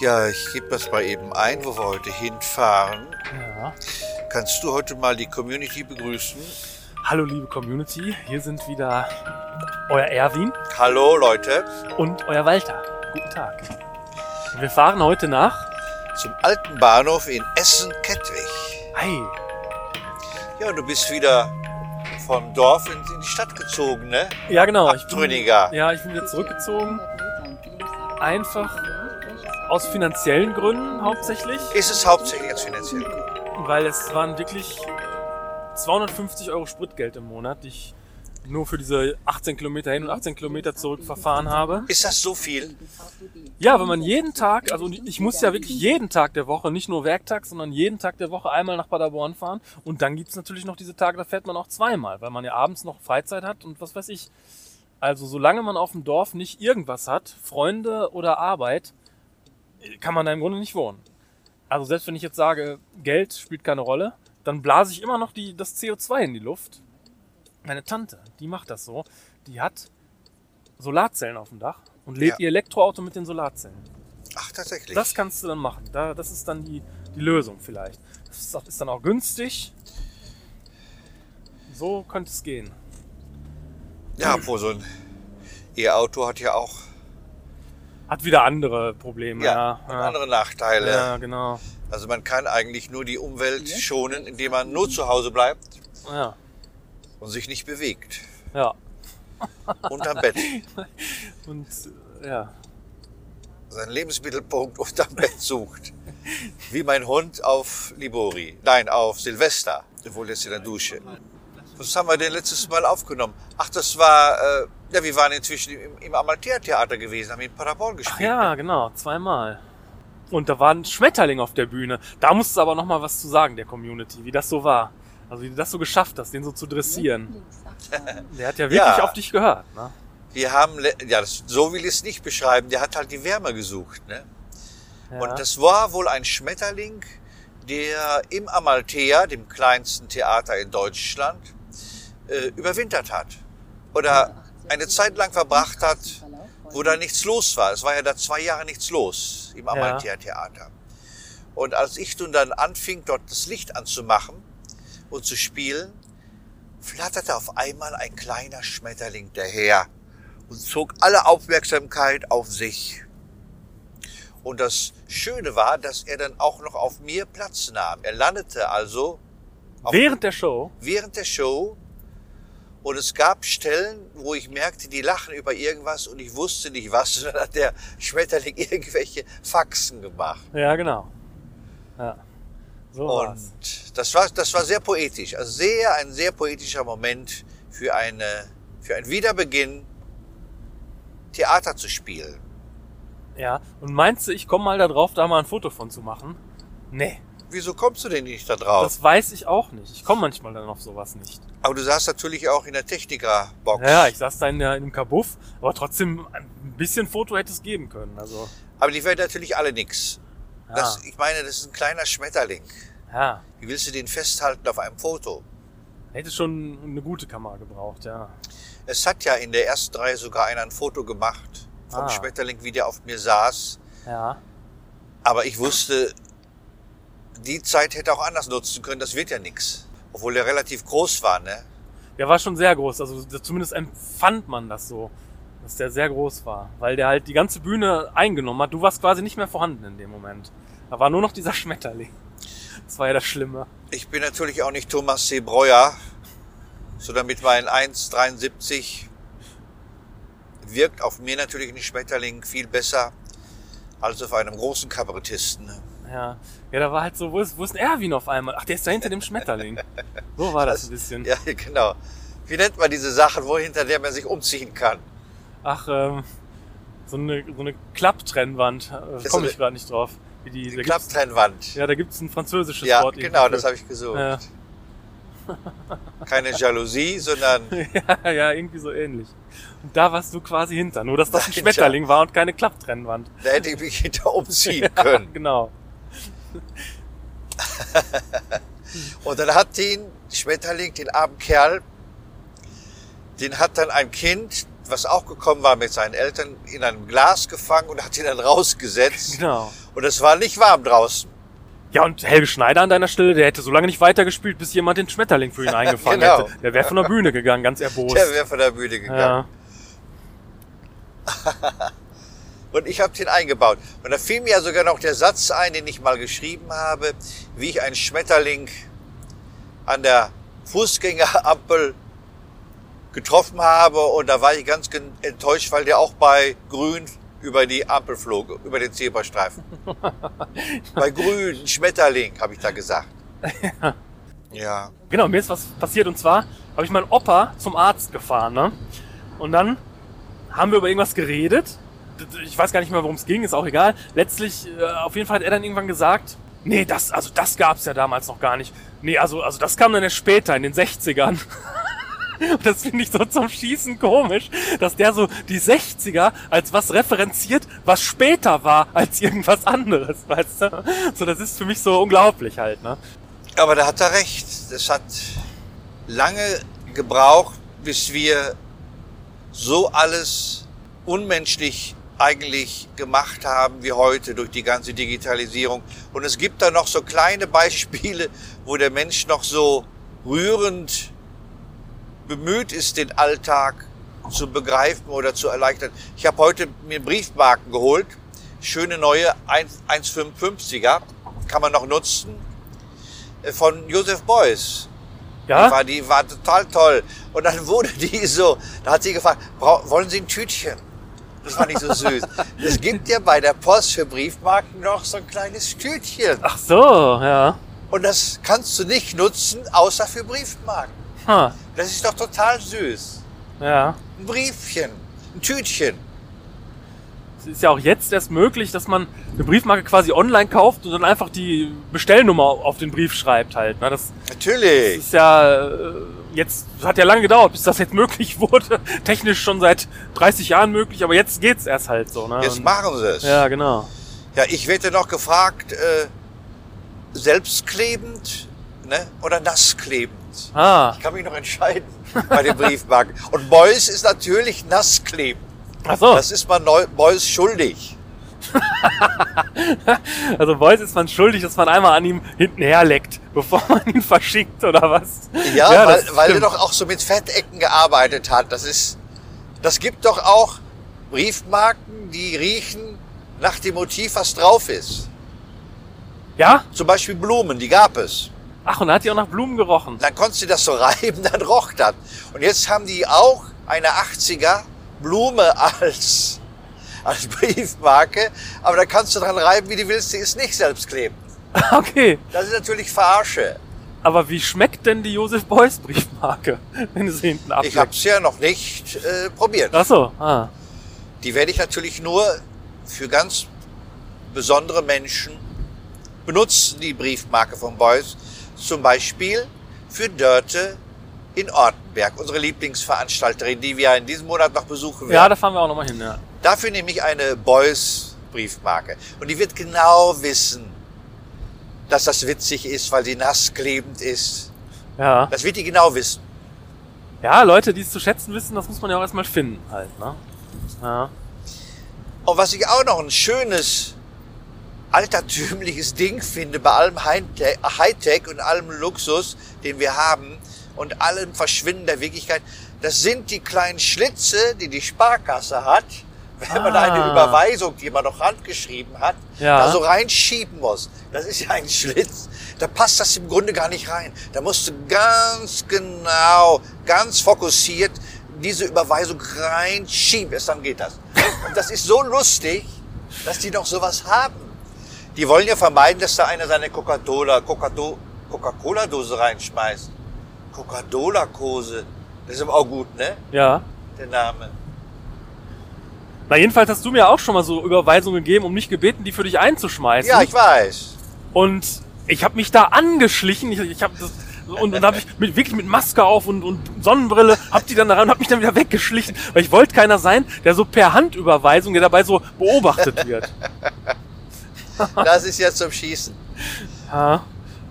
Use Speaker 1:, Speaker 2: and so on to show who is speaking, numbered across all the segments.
Speaker 1: Ja, ich gebe das mal eben ein, wo wir heute hinfahren.
Speaker 2: Ja.
Speaker 1: Kannst du heute mal die Community begrüßen?
Speaker 2: Hallo liebe Community, hier sind wieder euer Erwin
Speaker 1: Hallo Leute,
Speaker 2: und euer Walter. Guten Tag. Wir fahren heute nach.
Speaker 1: zum alten Bahnhof in Essen-Kettwig.
Speaker 2: Ei,
Speaker 1: Ja, und du bist wieder vom Dorf in, in die Stadt gezogen, ne?
Speaker 2: ja genau. Ich bin,
Speaker 1: Trüninger.
Speaker 2: ja, ich bin wieder zurückgezogen. Einfach aus finanziellen Gründen hauptsächlich,
Speaker 1: Ist es hauptsächlich als finanziell? Grund?
Speaker 2: weil es waren wirklich 250 Euro Spritgeld im Monat, die ich nur für diese 18 Kilometer hin und 18 Kilometer zurück verfahren habe.
Speaker 1: Ist das so viel?
Speaker 2: Ja, wenn man jeden Tag, also ich muss ja wirklich jeden Tag der Woche, nicht nur Werktag, sondern jeden Tag der Woche einmal nach Paderborn fahren. Und dann gibt's natürlich noch diese Tage, da fährt man auch zweimal, weil man ja abends noch Freizeit hat und was weiß ich. Also solange man auf dem Dorf nicht irgendwas hat, Freunde oder Arbeit, kann man da im Grunde nicht wohnen. Also selbst wenn ich jetzt sage, Geld spielt keine Rolle, dann blase ich immer noch die, das CO2 in die Luft. Meine Tante, die macht das so. Die hat Solarzellen auf dem Dach und lädt
Speaker 1: Ja.
Speaker 2: ihr Elektroauto mit den Solarzellen.
Speaker 1: Ach, tatsächlich.
Speaker 2: Das kannst du dann machen. Da, das ist dann die, die Lösung vielleicht. Das ist, auch- ist dann auch günstig. So könnte es gehen.
Speaker 1: ja, obwohl so ein E-Auto hat ja auch
Speaker 2: Hat wieder andere Probleme.
Speaker 1: ja,
Speaker 2: Ja,
Speaker 1: andere Nachteile.
Speaker 2: ja genau.
Speaker 1: Also man kann eigentlich nur die Umwelt schonen, indem man nur zu Hause bleibt
Speaker 2: Ja,
Speaker 1: und sich nicht bewegt.
Speaker 2: ja.
Speaker 1: Unterm Bett.
Speaker 2: Und äh, ja.
Speaker 1: seinen Lebensmittelpunkt unterm Bett sucht. Wie mein Hund auf Libori. Nein, auf Silvester. Obwohl jetzt in der Dusche. Was haben wir denn letztes Mal aufgenommen? Ach, das war, äh, ja, wir waren inzwischen im, im Amalthea-Theater gewesen, haben in Paderborn
Speaker 2: Ach
Speaker 1: gespielt.
Speaker 2: ja, genau. Zweimal. Und da war ein Schmetterling auf der Bühne. Da musst du aber nochmal was zu sagen, der Community, wie das so war. Also wie du das so geschafft hast, den so zu dressieren. Der hat ja wirklich
Speaker 1: Ja.
Speaker 2: auf dich gehört. Ne?
Speaker 1: Wir haben, le- ja, das, so will ich es nicht beschreiben, der hat halt die Wärme gesucht, ne?
Speaker 2: Ja.
Speaker 1: Und das war wohl ein Schmetterling, der im Amalthea, dem kleinsten Theater in Deutschland, äh, überwintert hat. Oder eine Zeit lang verbracht hat, wo da nichts los war. Es war ja da zwei Jahre nichts los im Amalthea-Theater. Und als ich nun dann anfing, dort das Licht anzumachen und zu spielen, flatterte auf einmal ein kleiner Schmetterling daher und zog alle Aufmerksamkeit auf sich. Und das Schöne war, dass er dann auch noch auf mir Platz nahm. Er landete also auf-
Speaker 2: Während der Show.
Speaker 1: während der Show und es gab Stellen, wo ich merkte, die lachen über irgendwas und ich wusste nicht was, und dann hat der Schmetterling irgendwelche Faxen gemacht.
Speaker 2: Ja, genau. Ja. So war's.
Speaker 1: Und das war, das war sehr poetisch. Also sehr, ein sehr poetischer Moment für eine, für einen Wiederbeginn, Theater zu spielen.
Speaker 2: Ja. Und meinst du, ich komme mal da drauf, da mal ein Foto von zu machen? Nee.
Speaker 1: Wieso kommst du denn nicht da drauf?
Speaker 2: Das weiß ich auch nicht. Ich komme manchmal dann auf sowas nicht.
Speaker 1: Aber du saßt natürlich auch in der Technikerbox.
Speaker 2: Ja, ich saß da in, der, in dem Kabuff, aber trotzdem ein bisschen Foto hätte es geben können. Also,
Speaker 1: Aber die werden natürlich alle nix.
Speaker 2: ja.
Speaker 1: Das, ich meine, das ist ein kleiner Schmetterling.
Speaker 2: ja.
Speaker 1: Wie willst du den festhalten auf einem Foto?
Speaker 2: Hätte schon eine gute Kamera gebraucht, ja.
Speaker 1: Es hat ja in der ersten Reihe sogar einer ein Foto gemacht vom
Speaker 2: Ah.
Speaker 1: Schmetterling, wie der auf mir saß.
Speaker 2: Ja.
Speaker 1: Aber ich wusste, die Zeit hätte auch anders nutzen können, das wird ja nix. Obwohl der relativ groß war, ne?
Speaker 2: Der war schon sehr groß, also das- zumindest empfand man das so, dass der sehr groß war, weil der halt die ganze Bühne eingenommen hat. Du warst quasi nicht mehr vorhanden in dem Moment. Da war nur noch dieser Schmetterling. Das war ja das Schlimme.
Speaker 1: Ich bin natürlich auch nicht Thomas C. Breuer, sondern mit meinen 1,73 wirkt auf mir natürlich ein Schmetterling viel besser als auf einem großen Kabarettisten.
Speaker 2: Ja, ja da war halt so, wo ist, wo ist denn Erwin auf einmal? Ach, der ist da hinter dem Schmetterling. So war das ein bisschen.
Speaker 1: Ja, genau. Wie nennt man diese Sachen, wo hinter der man sich umziehen kann?
Speaker 2: Ach, ähm, so eine, so eine Klapptrennwand. Da
Speaker 1: Ist
Speaker 2: komme
Speaker 1: so
Speaker 2: ich gerade nicht drauf. Wie die, da gibt's,
Speaker 1: Klapptrennwand.
Speaker 2: ja, da gibt's ein französisches
Speaker 1: Ja,
Speaker 2: Wort.
Speaker 1: genau, das
Speaker 2: irgendwie
Speaker 1: habe ich gesucht.
Speaker 2: Ja.
Speaker 1: Keine Jalousie, sondern
Speaker 2: für. ja, ja, irgendwie so ähnlich. Und da warst du quasi hinter. Nur, dass das ein
Speaker 1: Dahinter.
Speaker 2: Schmetterling war und keine Klapptrennwand.
Speaker 1: da hätte ich mich hinter umziehen können.
Speaker 2: Genau.
Speaker 1: Und dann hat den Schmetterling, den armen Kerl, den hat dann ein Kind, was auch gekommen war mit seinen Eltern, in einem Glas gefangen und hat ihn dann rausgesetzt.
Speaker 2: Genau.
Speaker 1: Und es war nicht warm draußen.
Speaker 2: Ja, und Helge Schneider an deiner Stelle, der hätte so lange nicht weitergespielt, bis jemand den Schmetterling für ihn eingefangen
Speaker 1: Genau.
Speaker 2: hätte. Der wäre von der Bühne gegangen, ganz erbost.
Speaker 1: Der wäre von der Bühne gegangen.
Speaker 2: ja.
Speaker 1: Und ich habe den eingebaut. Und da fiel mir ja sogar noch der Satz ein, den ich mal geschrieben habe, wie ich einen Schmetterling an der Fußgängerampel getroffen habe. Und da war ich ganz gen- enttäuscht, weil der auch bei Grün über die Ampel flog, über den Zebrastreifen. bei Grün, ein Schmetterling, habe ich da gesagt. ja.
Speaker 2: Genau, mir ist was passiert und zwar habe ich meinen Opa zum Arzt gefahren, ne? Und dann haben wir über irgendwas geredet. D- Ich weiß gar nicht mehr, worum es ging, ist auch egal. Letztlich, äh, auf jeden Fall hat er dann irgendwann gesagt, nee, das, also das gab's ja damals noch gar nicht. Nee, also, also das kam dann erst später, in den 60ern. Und das finde ich so zum Schießen komisch, dass der so die 60er als was referenziert, was später war als irgendwas anderes, weißt du? So, das ist für mich so unglaublich halt, ne?
Speaker 1: Aber da hat er recht. Das hat lange gebraucht, bis wir so alles unmenschlich eigentlich gemacht haben wie heute durch die ganze Digitalisierung. Und es gibt da noch so kleine Beispiele, wo der Mensch noch so rührend bemüht ist, den Alltag zu begreifen oder zu erleichtern. Ich habe heute mir Briefmarken geholt, schöne neue 1 1,55er, kann man noch nutzen, äh, von Josef Beuys.
Speaker 2: Ja?
Speaker 1: Die war, die war total toll. Und dann wurde die so, da hat sie gefragt, "Bra- wollen Sie ein Tütchen? Das fand ich so süß. Es gibt ja bei der Post für Briefmarken noch so ein kleines Tütchen.
Speaker 2: Ach so, ja.
Speaker 1: Und das kannst du nicht nutzen, außer für Briefmarken.
Speaker 2: Ha,
Speaker 1: Das ist doch total süß.
Speaker 2: ja.
Speaker 1: Ein Briefchen, ein Tütchen.
Speaker 2: Es ist ja auch jetzt erst möglich, dass man eine Briefmarke quasi online kauft und dann einfach die Bestellnummer auf den Brief schreibt halt. ne? Das
Speaker 1: Natürlich.
Speaker 2: ist ja äh, jetzt, das hat ja lange gedauert, bis das jetzt möglich wurde. Technisch schon seit 30 Jahren möglich, aber jetzt geht's erst halt so. Ne?
Speaker 1: Jetzt
Speaker 2: Und-
Speaker 1: machen sie es.
Speaker 2: Ja, genau.
Speaker 1: Ja, ich werde noch gefragt, äh, selbstklebend ne? oder nassklebend.
Speaker 2: Ah,
Speaker 1: Ich kann mich noch entscheiden bei den Briefmarken. Und Beuys ist natürlich nassklebend.
Speaker 2: ach so.
Speaker 1: Das ist man neu, Beuys schuldig.
Speaker 2: Also Voice ist man schuldig, dass man einmal an ihm hinten herleckt, bevor man ihn verschickt oder was?
Speaker 1: Ja,
Speaker 2: das
Speaker 1: weil, weil er
Speaker 2: stimmt.
Speaker 1: doch auch so mit Fettecken gearbeitet hat. Das ist, das gibt doch auch Briefmarken, die riechen nach dem Motiv, was drauf ist.
Speaker 2: Ja?
Speaker 1: Zum Beispiel Blumen, die gab es.
Speaker 2: Ach, und da hat die auch nach Blumen gerochen.
Speaker 1: Dann konntest du das so reiben, dann roch das. Und jetzt haben die auch eine 80er Blume als, als Briefmarke, aber da kannst du dran reiben, wie du willst, die ist nicht selbstklebend.
Speaker 2: Okay.
Speaker 1: Das ist natürlich Verarsche.
Speaker 2: Aber wie schmeckt denn die Josef Beuys Briefmarke, wenn du sie hinten
Speaker 1: Ich
Speaker 2: ablegst?
Speaker 1: hab's ja noch nicht äh, probiert.
Speaker 2: Ach so, ah.
Speaker 1: Die werde ich natürlich nur für ganz besondere Menschen benutzen, die Briefmarke von Beuys. Zum Beispiel für Dörte in Ortenberg, unsere Lieblingsveranstalterin, die wir in diesem Monat noch besuchen
Speaker 2: Ja,
Speaker 1: werden.
Speaker 2: da fahren wir auch nochmal hin, ja.
Speaker 1: Dafür nehme ich eine Beuys Briefmarke. Und die wird genau wissen, dass das witzig ist, weil sie nassklebend ist.
Speaker 2: Ja.
Speaker 1: Das wird die genau wissen.
Speaker 2: Ja, Leute, die es zu schätzen wissen, das muss man ja auch erstmal finden halt, ne? Ja.
Speaker 1: Und was ich auch noch ein schönes, altertümliches Ding finde bei allem Hightech Hightech und allem Luxus, den wir haben und allem Verschwinden der Wirklichkeit, das sind die kleinen Schlitze, die die Sparkasse hat, wenn man
Speaker 2: Ah.
Speaker 1: eine Überweisung, die man noch handgeschrieben hat,
Speaker 2: Ja.
Speaker 1: da so reinschieben muss. Das ist ja ein Schlitz. Da passt das im Grunde gar nicht rein. Da musst du ganz genau, ganz fokussiert diese Überweisung reinschieben. Erst dann geht das. Und das ist so lustig, dass die noch sowas haben. Die wollen ja vermeiden, dass da einer seine Coca-Cola, Coca-Do- Coca-Cola-Dose reinschmeißt. Coca-Cola-Kose. Das ist aber auch gut, ne?
Speaker 2: Ja.
Speaker 1: Der Name.
Speaker 2: Na, jedenfalls hast du mir auch schon mal so Überweisungen gegeben, um mich gebeten, die für dich einzuschmeißen.
Speaker 1: Ja, ich weiß.
Speaker 2: Und ich habe mich da angeschlichen. Ich, ich habe das und dann habe ich mit, wirklich mit Maske auf und, und Sonnenbrille, hab die dann da rein und hab mich dann wieder weggeschlichen, weil ich wollte keiner sein, der so per Handüberweisung, der dabei so beobachtet wird.
Speaker 1: Das ist jetzt zum Schießen.
Speaker 2: Ja.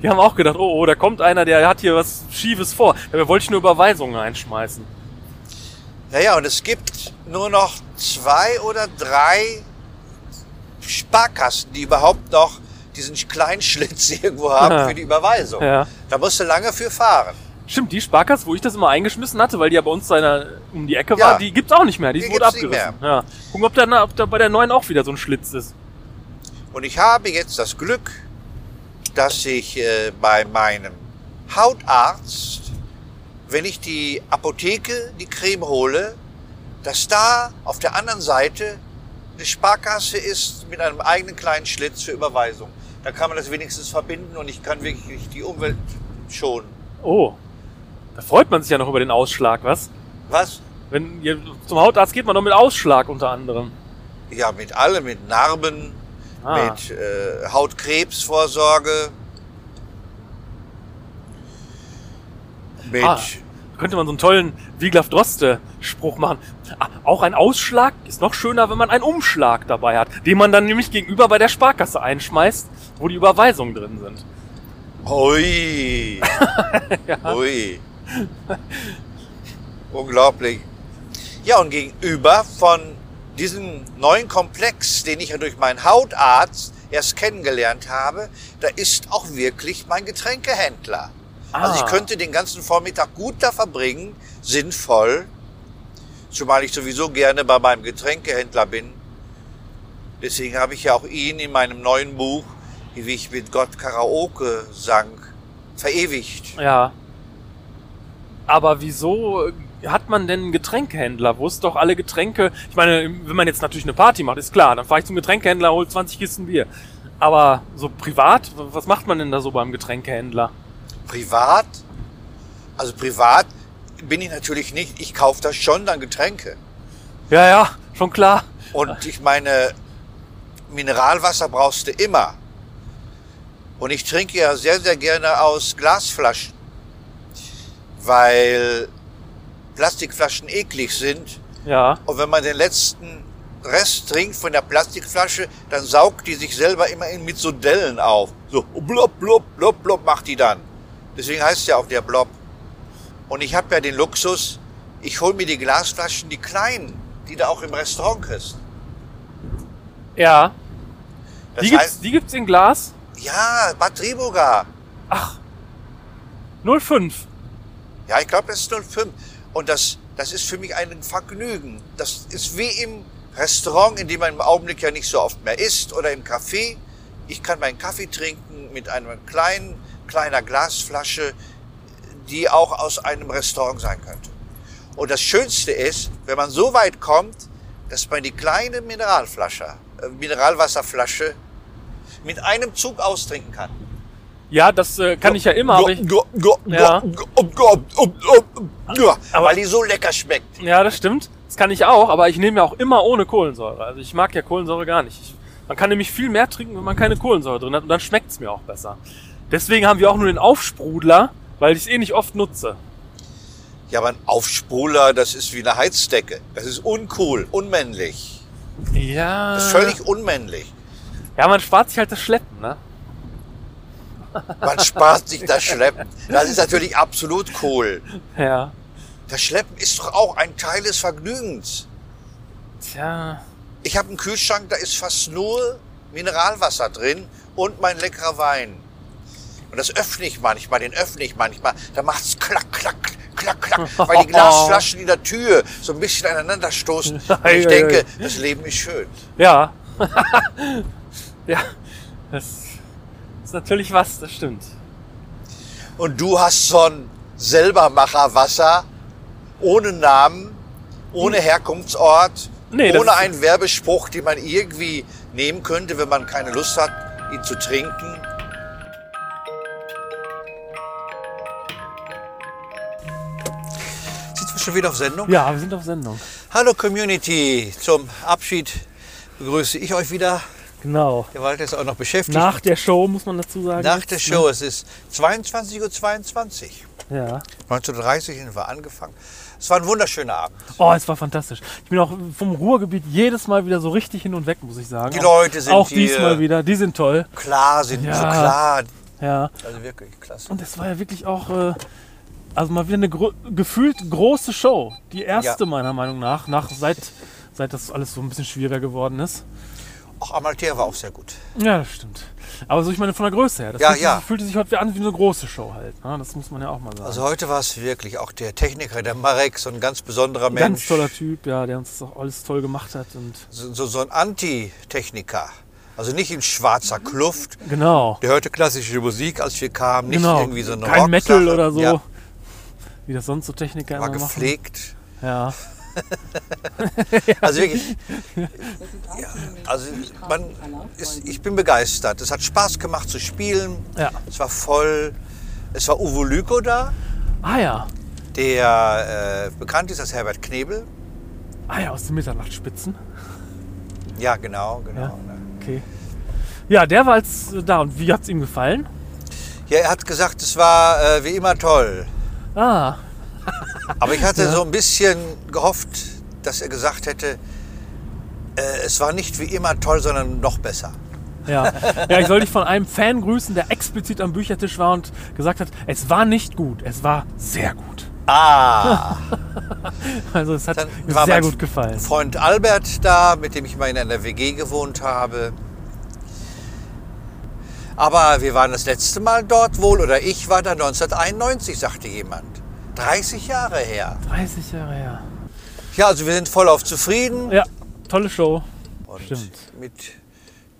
Speaker 2: Die Ah. haben auch gedacht, oh, oh, da kommt einer, der hat hier was Schiefes vor. Dabei wollte ich nur Überweisungen einschmeißen.
Speaker 1: Naja, und es gibt nur noch zwei oder drei Sparkassen, die überhaupt noch diesen kleinen Schlitz irgendwo haben
Speaker 2: Ja.
Speaker 1: für die Überweisung.
Speaker 2: Ja.
Speaker 1: Da musst du lange für fahren.
Speaker 2: Stimmt, die Sparkasse, wo ich das immer eingeschmissen hatte, weil die ja bei uns seiner um die Ecke
Speaker 1: Ja.
Speaker 2: war, die gibt's auch nicht mehr. Die,
Speaker 1: Die
Speaker 2: wurde
Speaker 1: gibt's nicht
Speaker 2: abgerissen. Ja. Gucken, ob da, na- ob da bei der neuen auch wieder so ein Schlitz ist.
Speaker 1: Und ich habe jetzt das Glück, dass ich äh, bei meinem Hautarzt, wenn ich die Apotheke die Creme hole, dass da auf der anderen Seite eine Sparkasse ist mit einem eigenen kleinen Schlitz für Überweisung. Da kann man das wenigstens verbinden und ich kann wirklich die Umwelt schonen.
Speaker 2: Oh. Da freut man sich ja noch über den Ausschlag, was?
Speaker 1: Was?
Speaker 2: Wenn ihr, zum Hautarzt geht man doch mit Ausschlag unter anderem.
Speaker 1: Ja, mit allem, mit Narben,
Speaker 2: Ah.
Speaker 1: mit äh, Hautkrebsvorsorge, mit
Speaker 2: Ah. Könnte man so einen tollen Wiglaf Droste-Spruch machen. Ah, auch ein Ausschlag ist noch schöner, wenn man einen Umschlag dabei hat, den man dann nämlich gegenüber bei der Sparkasse einschmeißt, wo die Überweisungen drin sind.
Speaker 1: Ui. Ui. Unglaublich. Ja, und gegenüber von diesem neuen Komplex, den ich ja durch meinen Hautarzt erst kennengelernt habe, da ist auch wirklich mein Getränkehändler. Also
Speaker 2: Ah.
Speaker 1: ich könnte den ganzen Vormittag gut da verbringen, sinnvoll, zumal ich sowieso gerne bei meinem Getränkehändler bin. Deswegen habe ich ja auch ihn in meinem neuen Buch, wie ich mit Gott Karaoke sang, verewigt.
Speaker 2: Ja. Aber wieso hat man denn einen Getränkehändler, wo es doch alle Getränke, ich meine, wenn man jetzt natürlich eine Party macht, ist klar, dann fahre ich zum Getränkehändler, hol 20 Kisten Bier. Aber so privat, was macht man denn da so beim Getränkehändler?
Speaker 1: Privat? Also privat bin ich natürlich nicht. Ich kaufe das schon dann Getränke.
Speaker 2: Ja, ja, schon klar.
Speaker 1: Und ich meine, Mineralwasser brauchst du immer. Und ich trinke ja sehr, sehr gerne aus Glasflaschen, weil Plastikflaschen eklig sind.
Speaker 2: Ja.
Speaker 1: Und wenn man den letzten Rest trinkt von der Plastikflasche, dann saugt die sich selber immer in- mit so Dellen auf. So blub, blub, blub, blub macht die dann. Deswegen heißt ja auch der Blob. Und ich habe ja den Luxus, ich hole mir die Glasflaschen, die kleinen, die da auch im Restaurant kriegst.
Speaker 2: Ja.
Speaker 1: Das
Speaker 2: Die
Speaker 1: heißt,
Speaker 2: gibt's, die gibt's in Glas.
Speaker 1: ja, Bad Triburger.
Speaker 2: Ach. 05.
Speaker 1: Ja, ich glaube, das ist 05. Und das, das ist für mich ein Vergnügen. Das ist wie im Restaurant, in dem man im Augenblick ja nicht so oft mehr isst, oder im Café. Ich kann meinen Kaffee trinken mit einer kleinen, kleiner Glasflasche, die auch aus einem Restaurant sein könnte. Und das Schönste ist, wenn man so weit kommt, dass man die kleine Mineralflasche, äh, Mineralwasserflasche mit einem Zug austrinken kann.
Speaker 2: Ja, das äh, kann ich ja immer, aber ich, Ja.
Speaker 1: oh
Speaker 2: Aber-
Speaker 1: Weil die so lecker schmeckt.
Speaker 2: Ja, das stimmt. Das kann ich auch, aber ich nehme ja auch immer ohne Kohlensäure. Also ich mag ja Kohlensäure gar nicht. Ich, man kann nämlich viel mehr trinken, wenn man keine Kohlensäure drin hat und dann schmeckt's mir auch besser. Deswegen haben wir auch nur den Aufsprudler, weil ich es eh nicht oft nutze.
Speaker 1: Ja, aber ein Aufspuler, das ist wie eine Heizdecke. Das ist uncool, unmännlich.
Speaker 2: Ja.
Speaker 1: Das ist völlig unmännlich.
Speaker 2: ja, man spart sich halt das Schleppen, ne?
Speaker 1: Man spart sich das Schleppen. Das ist natürlich absolut cool.
Speaker 2: Ja.
Speaker 1: Das Schleppen ist doch auch ein Teil des Vergnügens.
Speaker 2: Tja.
Speaker 1: Ich habe einen Kühlschrank, da ist fast nur Mineralwasser drin und mein leckerer Wein. Und das öffne ich manchmal, den öffne ich manchmal. Da macht's klack, klack, klack, klack, weil die Glasflaschen in der Tür so ein bisschen aneinander stoßen. Und ich denke, das Leben ist schön.
Speaker 2: Ja. ja. Das ist natürlich was, das stimmt.
Speaker 1: Und du hast so ein Selbermacherwasser ohne Namen, ohne Herkunftsort,
Speaker 2: Hm. Nee, das
Speaker 1: ohne
Speaker 2: ist-
Speaker 1: einen Werbespruch, den man irgendwie nehmen könnte, wenn man keine Lust hat, ihn zu trinken. Sind wir schon wieder auf Sendung?
Speaker 2: Ja, wir sind auf Sendung.
Speaker 1: Hallo Community, zum Abschied begrüße ich euch wieder.
Speaker 2: Genau.
Speaker 1: Der Walter ist auch noch beschäftigt.
Speaker 2: Nach ne? der Show muss man dazu sagen.
Speaker 1: Nach der Show, es ist 22.22 Uhr. 22.
Speaker 2: Ja.
Speaker 1: 1930 haben wir angefangen. Es war ein wunderschöner Abend.
Speaker 2: Oh, es war fantastisch. Ich bin auch vom Ruhrgebiet jedes Mal wieder so richtig hin und weg, muss ich sagen.
Speaker 1: Die Leute sind
Speaker 2: Auch
Speaker 1: hier.
Speaker 2: diesmal wieder. Die sind toll.
Speaker 1: Klar sind
Speaker 2: Ja.
Speaker 1: so klar.
Speaker 2: Ja.
Speaker 1: Also wirklich klasse.
Speaker 2: Und es war ja wirklich auch, äh, also mal wieder eine gro gefühlt große Show. Die erste
Speaker 1: Ja.
Speaker 2: meiner Meinung nach, nach seit, seit das alles so ein bisschen schwieriger geworden ist.
Speaker 1: Auch Amalthea war auch sehr gut.
Speaker 2: Ja, das stimmt. Aber so, ich meine, von der Größe her. Das
Speaker 1: Ja,
Speaker 2: fühlte,
Speaker 1: ja.
Speaker 2: fühlte sich heute an wie eine große Show halt. Ne? Das muss man ja auch mal sagen.
Speaker 1: Also heute war es wirklich auch der Techniker, der Marek, so ein ganz besonderer Mensch.
Speaker 2: Ganz toller Typ, ja, der uns das auch alles toll gemacht hat. Und
Speaker 1: So, so, so ein Anti-Techniker. Also nicht in schwarzer
Speaker 2: Mhm.
Speaker 1: Kluft.
Speaker 2: genau.
Speaker 1: Der hörte klassische Musik, als wir kamen. Nicht
Speaker 2: genau.
Speaker 1: irgendwie so eine
Speaker 2: Kein Metal
Speaker 1: Rocksache.
Speaker 2: oder so.
Speaker 1: Ja,
Speaker 2: Wie das sonst so Techniker
Speaker 1: war
Speaker 2: immer machen.
Speaker 1: gepflegt.
Speaker 2: Ja.
Speaker 1: Also wirklich, also man ist, ich bin begeistert. Es hat Spaß gemacht zu spielen.
Speaker 2: Ja.
Speaker 1: Es war voll. Es war Uwe Lüko da,
Speaker 2: Ah ja.
Speaker 1: der äh, bekannt ist als Herbert Knebel.
Speaker 2: Ah ja, aus den Mitternachtsspitzen.
Speaker 1: Ja, genau,
Speaker 2: Ja.
Speaker 1: genau. ne.
Speaker 2: Okay. Ja, der war jetzt äh, da. Und wie hat's ihm gefallen?
Speaker 1: Ja, er hat gesagt, es war äh, wie immer toll.
Speaker 2: Ah,
Speaker 1: Aber ich hatte so ein bisschen gehofft, dass er gesagt hätte, äh, es war nicht wie immer toll, sondern noch besser.
Speaker 2: Ja. ja, ich soll dich von einem Fan grüßen, der explizit am Büchertisch war und gesagt hat, es war nicht gut, es war sehr gut.
Speaker 1: Ah,
Speaker 2: Also es hat
Speaker 1: dann
Speaker 2: ihm
Speaker 1: war
Speaker 2: sehr
Speaker 1: mein
Speaker 2: gut gefallen.
Speaker 1: Freund Albert da, mit dem ich mal in einer WG gewohnt habe. Aber wir waren das letzte Mal dort wohl, oder ich war da 1991, sagte jemand. 30 Jahre her.
Speaker 2: 30 Jahre her.
Speaker 1: Ja, also wir sind voll auf zufrieden.
Speaker 2: Ja, tolle Show.
Speaker 1: Und
Speaker 2: Stimmt.
Speaker 1: mit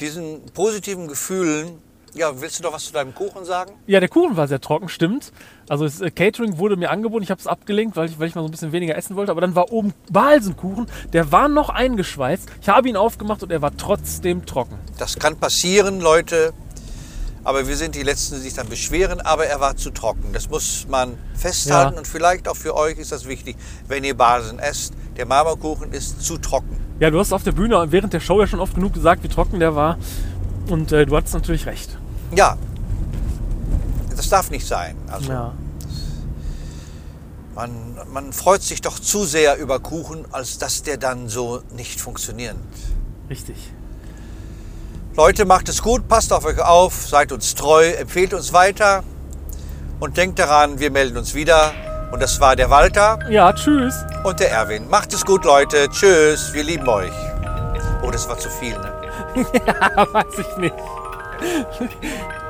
Speaker 1: diesen positiven Gefühlen, ja, willst du doch was zu deinem Kuchen sagen?
Speaker 2: Ja, der Kuchen war sehr trocken, stimmt. Also das äh, Catering wurde mir angeboten, ich habe es abgelenkt, weil ich, weil ich mal so ein bisschen weniger essen wollte. Aber dann war oben Balsenkuchen, der war noch eingeschweißt. Ich habe ihn aufgemacht und er war trotzdem trocken.
Speaker 1: Das kann passieren, Leute. Aber wir sind die Letzten, die sich dann beschweren. Aber er war zu trocken. Das muss man festhalten.
Speaker 2: Ja.
Speaker 1: Und vielleicht auch für euch ist das wichtig, wenn ihr Basen esst. Der Marmorkuchen ist zu trocken.
Speaker 2: Ja, du hast auf der Bühne während der Show ja schon oft genug gesagt, wie trocken der war. Und äh, du hattest natürlich recht.
Speaker 1: Ja, das darf nicht sein. Also
Speaker 2: Ja.
Speaker 1: man, man freut sich doch zu sehr über Kuchen, als dass der dann so nicht funktioniert.
Speaker 2: Richtig.
Speaker 1: Leute, macht es gut, passt auf euch auf, seid uns treu, empfehlt uns weiter und denkt daran, wir melden uns wieder. Und das war der Walter.
Speaker 2: Ja, tschüss.
Speaker 1: und der Erwin. Macht es gut, Leute. Tschüss, wir lieben euch. Oh, das war zu viel, ne?
Speaker 2: Weiß ich nicht.